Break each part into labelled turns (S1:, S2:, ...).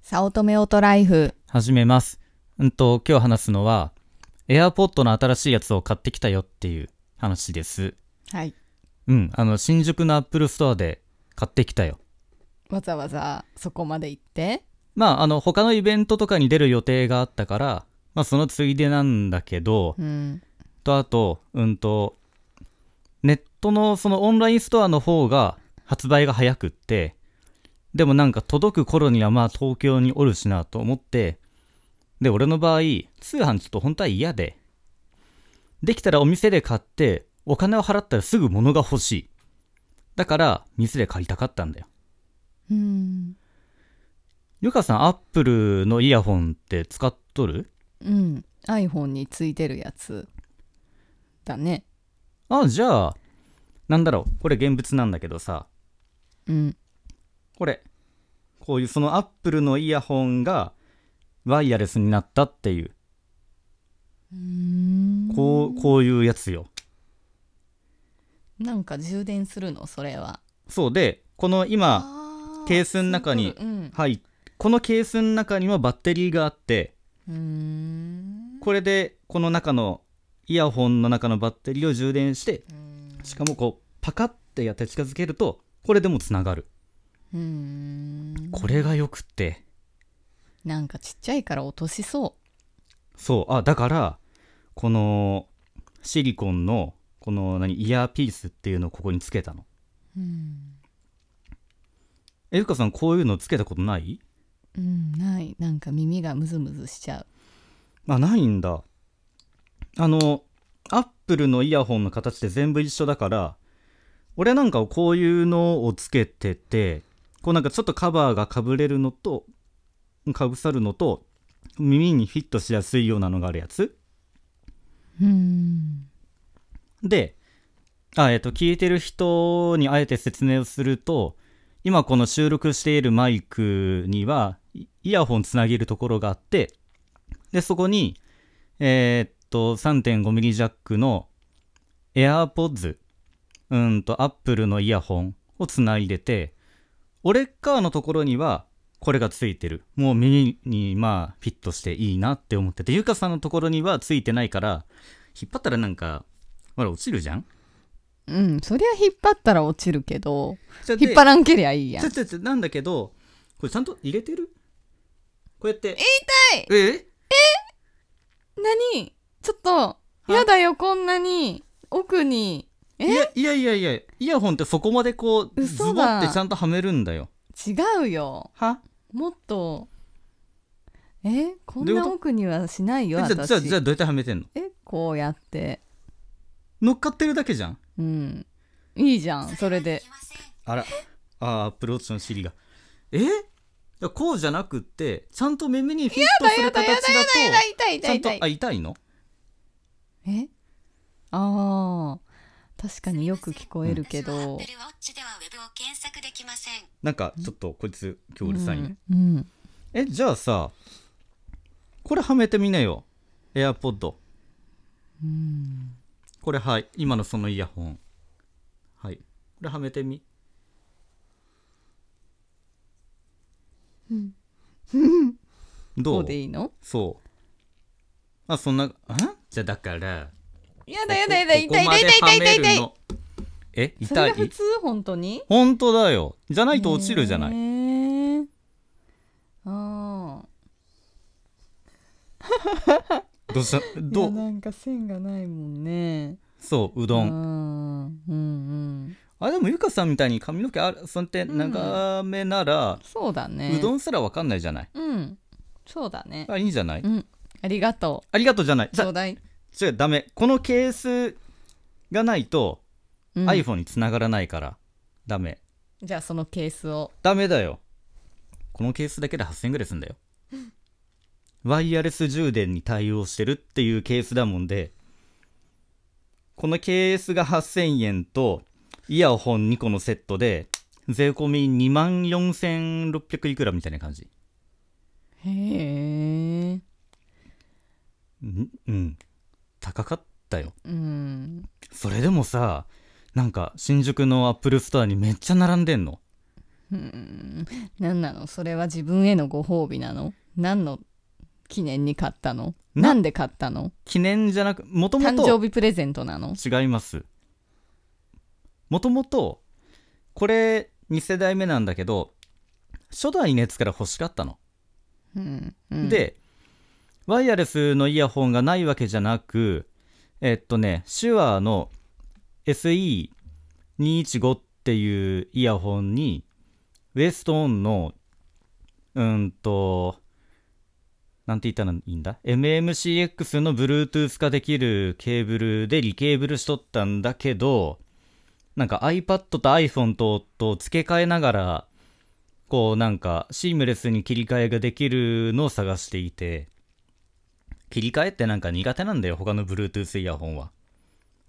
S1: 早乙女オートライフ。
S2: 始めます。うんと、今日話すのは、AirPod の新しいやつを買ってきたよっていう話です。
S1: はい。
S2: うん、あの、新宿の Apple Store で買ってきたよ。
S1: わざわざそこまで行って。
S2: まあ、あの、他のイベントとかに出る予定があったから、まあ、そのついでなんだけど、
S1: うん。
S2: と、あと、うんと、ネットのそのオンラインストアの方が発売が早くって、でもなんか届く頃にはまあ東京におるしなと思って、で、俺の場合、通販ちょっと本当は嫌で、できたらお店で買って、お金を払ったらすぐ物が欲しい。だから、店で借りたかったんだよ。
S1: うん。
S2: ゆかさん、アップルのイヤホンって使っとる
S1: うん。iPhone についてるやつ。だね。
S2: あ、じゃあ、なんだろう、これ現物なんだけどさ、
S1: うん。
S2: これこういうそのアップルのイヤホンがワイヤレスになったっていう
S1: うん
S2: こうこういうやつよ
S1: なんか充電するのそれは。
S2: そうでこの今
S1: あ
S2: ケースの中に
S1: うん。
S2: はいこのケースの中にもバッテリーがあって
S1: うん。
S2: これでこの中のイヤホンの中のバッテリーを充電して
S1: うん
S2: しかもこうパカッてやって近づけるとこれでもつながる
S1: うん。
S2: これがよくって
S1: なんかちっちゃいから落としそ
S2: そうあだからこのシリコンのこの何イヤーピースっていうのをここにつけたの
S1: う。うん。
S2: えゆかさんこういうのつけたことない
S1: うん、ないなんか耳がムズムズしちゃう
S2: あないんだあのアップルのイヤホンの形で全部一緒だから俺なんかはこういうのをつけててこうなんかちょっとカバーがかぶれるのとかぶさるのと耳にフィットしやすいようなのがあるやつ
S1: うん
S2: であ、えっと聞いてる人にあえて説明をすると今この収録しているマイクにはイイヤホンつなげるところがあってでそこに、えーっと 3.5mm ジャックの AirPods うんと Apple のイヤホンをつないでて俺側のところにはこれがついてるもう耳にまあフィットしていいなって思っててゆかさんのところにはついてないから引っ張ったらなんかほら落ちるじゃん
S1: うんそりゃ引っ張ったら落ちるけど引っ
S2: ら
S1: 張らんけりゃいいやん
S2: ちょちょちょなんだけどこれちゃんと入れてるこうやって痛いえ
S1: 何ちょっとやだよこんなに奥にえ
S2: いやいやいやいやイヤホンってそこまでこうズ
S1: 嘘
S2: ボ
S1: だ
S2: ってちゃんとはめるんだよ
S1: 違うよ
S2: は
S1: もっとえこん
S2: どういう
S1: な
S2: こと
S1: 奥にはしない
S2: え
S1: よ
S2: じゃあじゃあじゃ
S1: 私
S2: あどうやってはめてんの
S1: えこうやって
S2: 乗っかってるだけじゃん
S1: うんいいじゃんそれで
S2: あらあーアップローチの尻がえいやこうじゃなくってちゃんと耳にフィットする形だと
S1: あ痛い
S2: ち
S1: 痛
S2: ゃ
S1: い
S2: んと
S1: 痛い
S2: あ痛いの
S1: えあー確かによく聞こえるけど、
S3: Apple Watch ではウェブを検索できません。
S2: なんかちょっとこいつ今日うるさいね、
S1: うんうん
S2: えじゃあさこれはめてみなよ AirPod これはい今のそのイヤホンはいこれはめてみど
S1: こ
S2: う
S1: うでいいの
S2: そうあそんなあじゃあだから
S1: や
S2: ここここまではめるのえ
S1: それ
S2: 痛
S1: が普
S2: い
S1: 通本当に
S2: 本当だよじゃないと落ちるじゃない、
S1: いあ
S2: どうした
S1: あ
S2: どう
S1: なんか線がないもんね
S2: そうう
S1: う
S2: どん
S1: んうんうん
S2: あでもゆかさんみたいに髪の毛あるそうやって長めなら、
S1: そうだ
S2: う
S1: ね
S2: ど
S1: ん
S2: んすらわかんないじゃない
S1: うんそうだね
S2: あいいんじゃない、
S1: うんありがと
S2: ありがとうじゃないうじ
S1: ち
S2: ゃ
S1: ょうだい
S2: 違うダメこのケースがないと、
S1: うん
S2: iPhone につながらないからダメ
S1: じゃあそのケースを
S2: ダメだよこのケースだけで8000円ぐらいすんだよワイヤレス充電に対応してるっていうケースだもんでこのケースが8000円とイヤホン2個のセットで税込み2万4600いくらみたいな感じ
S1: へえ
S2: んうん高かったよ
S1: うん
S2: それでもさなんか新宿のアップルストアにめっちゃ並んでんの
S1: うーん何なのそれは自分へのご褒美なの何の記念に買ったの
S2: な
S1: なんで買ったの
S2: 記念じゃなくもとも
S1: 誕生
S2: と
S1: 日プレゼントなの
S2: 違いますもともとこれ2世代目なんだけど初代のやつから欲しかったの、
S1: うんうん
S2: でワイヤレスのイヤホンがないわけじゃなくえっとねシュアーの SE215 っていうイヤホンにウエストオンのうーんとなんて言ったらいいんだ ?MMCX の Bluetooth 化できるケーブルでリケーブルしとったんだけど、なんか iPad と iPhone とと付け替えながら、こうなんかシームレスに切り替えができるのを探していて、切り替えってなんか苦手なんだよ、他の Bluetooth イヤホンは。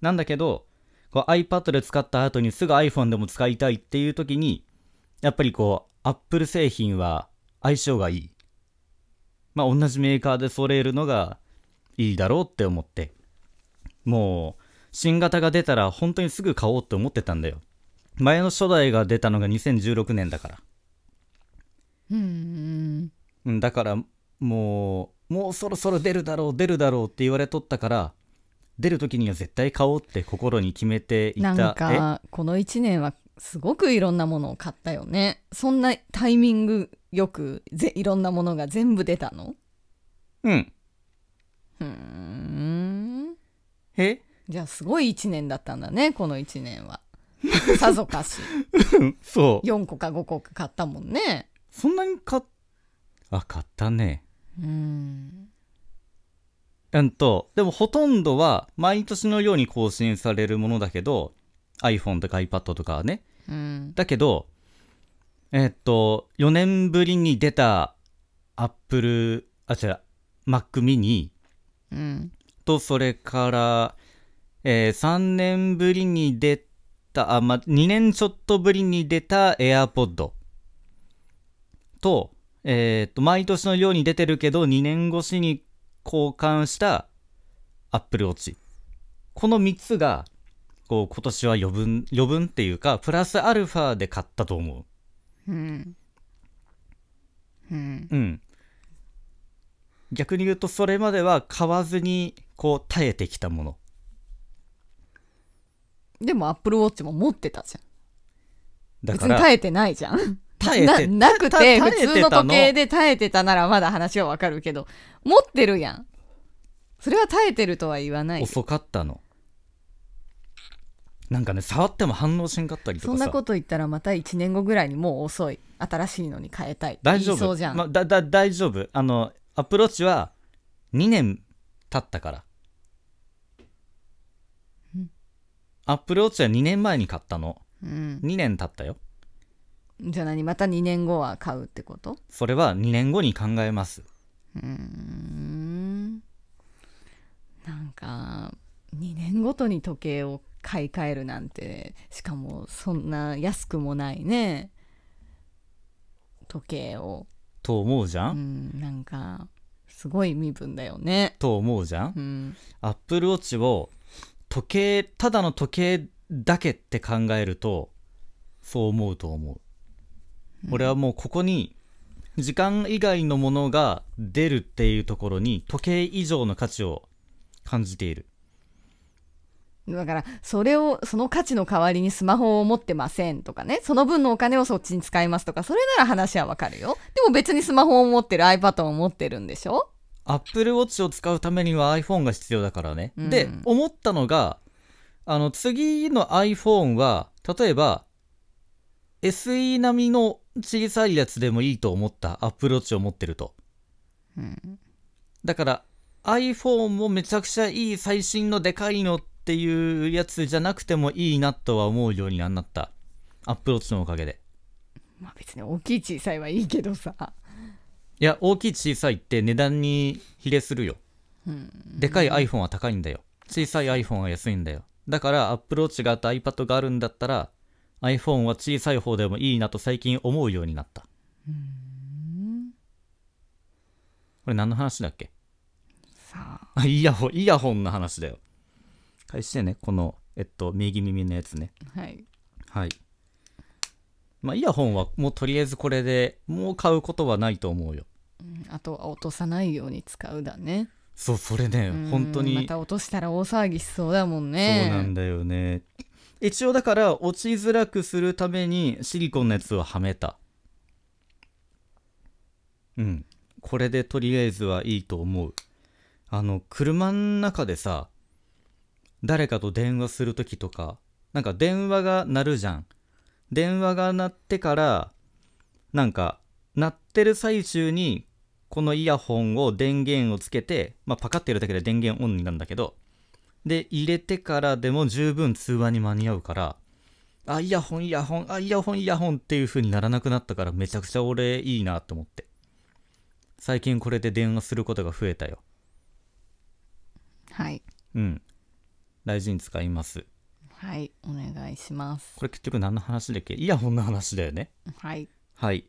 S2: なんだけど、こう iPad で使った後にすぐ iPhone でも使いたいっていう時に、やっぱりこう、Apple 製品は相性がいい。まあ、同じメーカーで揃えるのがいいだろうって思って、もう、新型が出たら本当にすぐ買おうって思ってたんだよ。前の初代が出たのが2016年だから。
S1: うんうん
S2: うんだから、もう、もうそろそろ出るだろう、出るだろうって言われとったから、出る時には絶対買おうって心に決めていた。
S1: なん
S2: え
S1: かこの1年はすごくいろんなものを買ったよねそんなタイミングよくぜいろんなものが全部出たの
S2: うん。
S1: うーん
S2: え
S1: じゃあすごい1年だったんだねこの1年 はさぞかし
S2: うんそう。
S1: 4個か5個か買ったもんね
S2: そんなに買っ、あ、買ったね。
S1: うん
S2: うんと、でもほとんどは毎年のように更新されるものだけど、iPhone とか iPad とかはね。
S1: うん
S2: だけど、えっと、4年ぶりに出た Apple、あ、違う、Mac mini
S1: うん
S2: と、それから、えー3年ぶりに出た、あ、ま、2年ちょっとぶりに出た AirPod と、えーっと、毎年のように出てるけど、2年越しに交換した Apple Watch。この3つが、こう、今年は余分、余分っていうか、プラスアルファで買ったと思
S1: うんうん
S2: う。うん。逆に言うと、それまでは買わずに、こう、耐えてきたもの。
S1: でもアップルウォッチも持ってたじゃん
S2: だ
S1: 別
S2: か
S1: に
S2: ら、
S1: 耐えてないじゃん
S2: 耐えて
S1: ななく
S2: た
S1: て
S2: 耐え
S1: 普
S2: てたの
S1: 通の時計で耐えてたならまだ話はわかるけど持ってるやんそれは耐えてるとは言わないよ
S2: 遅かったのなんかね触っても反応しんかったりと
S1: そ
S2: か
S1: ん
S2: さ
S1: なこと言ったらまた1年後ぐらいにもう遅い新しいのに変えたい
S2: 大
S1: 言
S2: 丈
S1: いそ
S2: 夫
S1: うじゃん、
S2: まあだだ大丈夫あのアプローチは2年経ったからアップルウォッチは2年前に買ったの
S1: うん、
S2: 2年経ったよ
S1: じゃあ何また2年後は買うってこと
S2: それは2年後に考えます
S1: うーんなんか2年ごとに時計を買い替えるなんてしかもそんな安くもないね時計を
S2: と思うじゃ、
S1: うんんなんかすごい身分だよね
S2: と思うじゃん
S1: うん
S2: アップルウォッチを時計ただの時計だけって考えるとそう思うと思う、俺はもうここに時間以外のものが出るっていうところに時計以上の価値を感じている
S1: だからそれをその価値の代わりにスマホを持ってませんとかねその分のお金をそっちに使いますとかそれなら話はわかるよでも別にスマホを持ってる iPad を持ってるんでしょ
S2: アップルウォッチを使うためには iPhone が必要だからね、
S1: うん
S2: で思ったのがあの次の iPhone は例えば SE 並みの小さいやつでもいいと思ったアップルウォッチを持ってると
S1: うん
S2: だから iPhone もめちゃくちゃいい最新のでかいのっていうやつじゃなくてもいいなとは思うようにはなったアップローチのおかげで
S1: まあ別に大きい小さいはいいけどさ
S2: いや大きい小さいって値段に比例するよ、でかい iPhone は高いんだよ小さい iPhone は安いんだよだからアップローチがあって iPad があるんだったら iPhone は小さい方でもいいなと最近思うようになったこれ何の話だっけ
S1: さあ
S2: あイヤホンイヤホンの話だよ返してねこのえっと右耳のやつね
S1: はい
S2: はい。まあ、イヤホンはもうとりあえずこれでもう買うことはないと思うよ
S1: うんあとは落とさないように使うだね
S2: そうそれね
S1: うん
S2: 本当
S1: ま
S2: に
S1: た落としたら大騒ぎしそうだもんね
S2: そうなんだよね一応だから落ちづらくするためにシリコンのやつをはめたうんこれでとりあえずはいいと思うあの車の中でさ誰かと電話する時とかなんか電話が鳴るじゃん電話が鳴ってからなんか鳴ってる最中にこのイヤホンを電源をつけて、まあ、パカってやるだけで電源オンになるんだけどで入れてからでも十分通話に間に合うからあイヤホンイヤホンあイヤホンイヤホンっていう風にならなくなったからめちゃくちゃ俺いいなと思って最近これで電話することが増えたよ
S1: はい
S2: うん大事に使います
S1: はいお願いします
S2: これ結局何の話だっけイヤホンの話だよね
S1: はい
S2: はい